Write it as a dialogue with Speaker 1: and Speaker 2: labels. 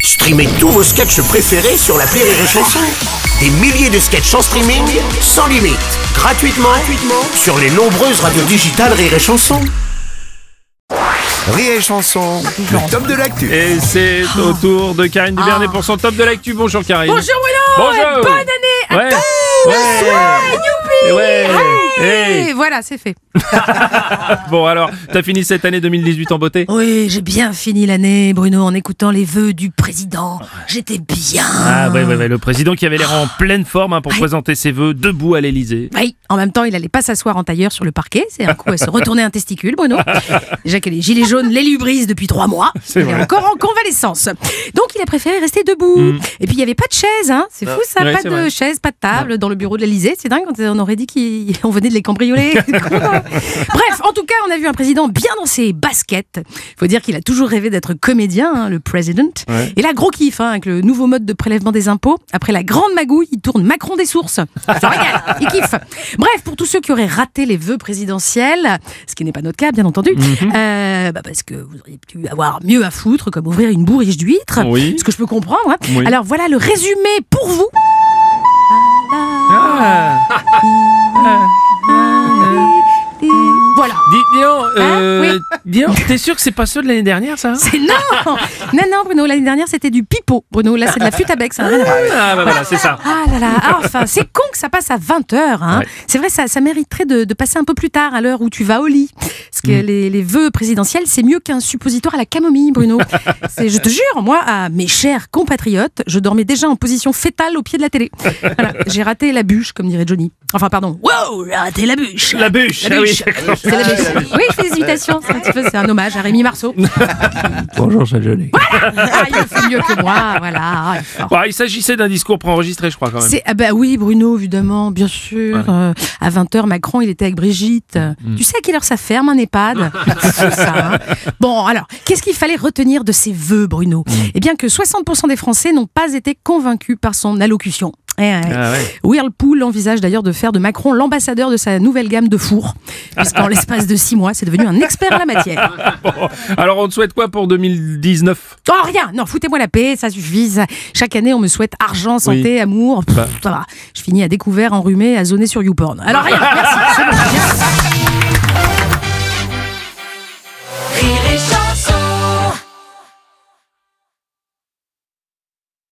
Speaker 1: Streamez tous vos sketchs préférés sur la Rire et Chanson. Des milliers de sketchs en streaming, sans limite, gratuitement, gratuitement sur les nombreuses radios digitales Rire et Chanson.
Speaker 2: Rire et chanson, le top de l'actu.
Speaker 3: Et c'est au tour de Karine Duvernet pour son top de l'actu. Oh. Ah. Bonjour Karine.
Speaker 4: Bonjour Willow
Speaker 3: Bonjour.
Speaker 4: et bonne année à
Speaker 3: Ouais.
Speaker 4: tous
Speaker 3: Ouais.
Speaker 4: Ouais, youpi
Speaker 3: Ouais.
Speaker 4: Ouais.
Speaker 3: Hey.
Speaker 4: Voilà, c'est fait.
Speaker 3: Bon alors, t'as fini cette année 2018 en beauté
Speaker 4: Oui, j'ai bien fini l'année, Bruno, en écoutant les vœux du président. J'étais bien.
Speaker 3: Ah ouais, ouais, ouais, le président qui avait l'air en pleine forme hein, pour
Speaker 4: Ouais.
Speaker 3: présenter ses vœux debout à l'Elysée.
Speaker 4: Oui, en même temps, il allait pas s'asseoir en tailleur sur le parquet. C'est un coup à se retourner un testicule, Bruno. Déjà que les gilets jaunes l'élubrisent depuis trois mois.
Speaker 3: C'est
Speaker 4: il est
Speaker 3: vrai.
Speaker 4: encore en convalescence. Donc, il a préféré rester debout. Et puis, il y avait pas de chaise. Hein. C'est fou, ça.
Speaker 3: Ouais,
Speaker 4: pas
Speaker 3: Ah. c'est
Speaker 4: de
Speaker 3: vrai.
Speaker 4: chaise, pas de table dans le bureau de l'Elysée. C'est dingue. On aurait dit qu'on venait de les cambrioler. Bref, en tout cas, on a vu un président bien dans ses baskets. faut dire qu'il a toujours rêvé d'être comédien, hein, le président. Et là, gros kiff hein, avec le nouveau mode de prélèvement des impôts. Après la grande magouille, il tourne Macron des sources. Ça régale, il kiffe. Bref, pour tous ceux qui auraient raté les vœux présidentiels, ce qui n'est pas notre cas, bien entendu,
Speaker 3: Mhm.
Speaker 4: euh, bah, parce que vous auriez pu avoir mieux à foutre, comme ouvrir une bourriche d'huîtres,
Speaker 3: Oui.
Speaker 4: ce que je peux comprendre. hein.
Speaker 3: Oui.
Speaker 4: Alors voilà le résumé pour vous.
Speaker 3: Ah.
Speaker 4: Ah. Voilà.
Speaker 3: Dis, dis donc, Hein,
Speaker 4: euh,
Speaker 3: dis donc, t'es sûr que c'est pas ceux de l'année dernière ça
Speaker 4: C'est non Non, non, Bruno, l'année dernière c'était du pipeau. Bruno, là c'est de la flûte à bec, ça n'a rien à voir.
Speaker 3: Ah bah voilà, c'est ça.
Speaker 4: Ah là là, ah, enfin, c'est con que ça passe à 20h. Hein.
Speaker 3: Ouais.
Speaker 4: C'est vrai, ça, ça mériterait de, de passer un peu plus tard à l'heure où tu vas au lit. Parce que les, les vœux présidentiels, c'est mieux qu'un suppositoire à la camomille, Bruno. C'est- je te jure, moi, à mes chers compatriotes, je dormais déjà en position fétale au pied de la télé. Voilà, j'ai raté la bûche, comme dirait Johnny. Enfin, pardon. Wow, j'ai raté la bûche.
Speaker 3: La bûche.
Speaker 4: La
Speaker 3: ah oui,
Speaker 4: bûche.
Speaker 3: d'accord.
Speaker 4: C'est la bûche. Oui, je fais des imitations. C'est un petit peu- c'est un hommage à Rémi Marceau.
Speaker 3: Bonjour, Saint-Johnny.
Speaker 4: Ah, il le fait mieux que moi. Voilà. Ah, il est fort.
Speaker 3: Bon, il s'agissait d'un discours préenregistré, je crois quand même.
Speaker 4: C'est ah bah oui Bruno évidemment bien sûr Euh, à 20h Macron il était avec
Speaker 3: Mm.
Speaker 4: Brigitte Euh, tu sais à quelle heure ça ferme un EHPAD C'est ça, hein. bon alors qu'est-ce qu'il fallait retenir de ses vœux Bruno
Speaker 3: Mm.
Speaker 4: eh bien que 60% des Français n'ont pas été convaincus par son allocution Eh, ouais.
Speaker 3: Ah ouais.
Speaker 4: Whirlpool envisage d'ailleurs de faire de Macron l'ambassadeur de sa nouvelle gamme de fours puisqu'en l'espace de six mois c'est devenu un expert en la matière
Speaker 3: Bon, alors on te souhaite quoi pour 2019
Speaker 4: Oh rien, non, foutez-moi la paix, ça suffit. ça. Chaque année, on me souhaite argent, santé, amour. Pff,
Speaker 3: Bah.
Speaker 4: Ça va. Je finis à découvert, enrhumé, à zoner sur YouPorn. Alors rien, merci. c'est bon, bien.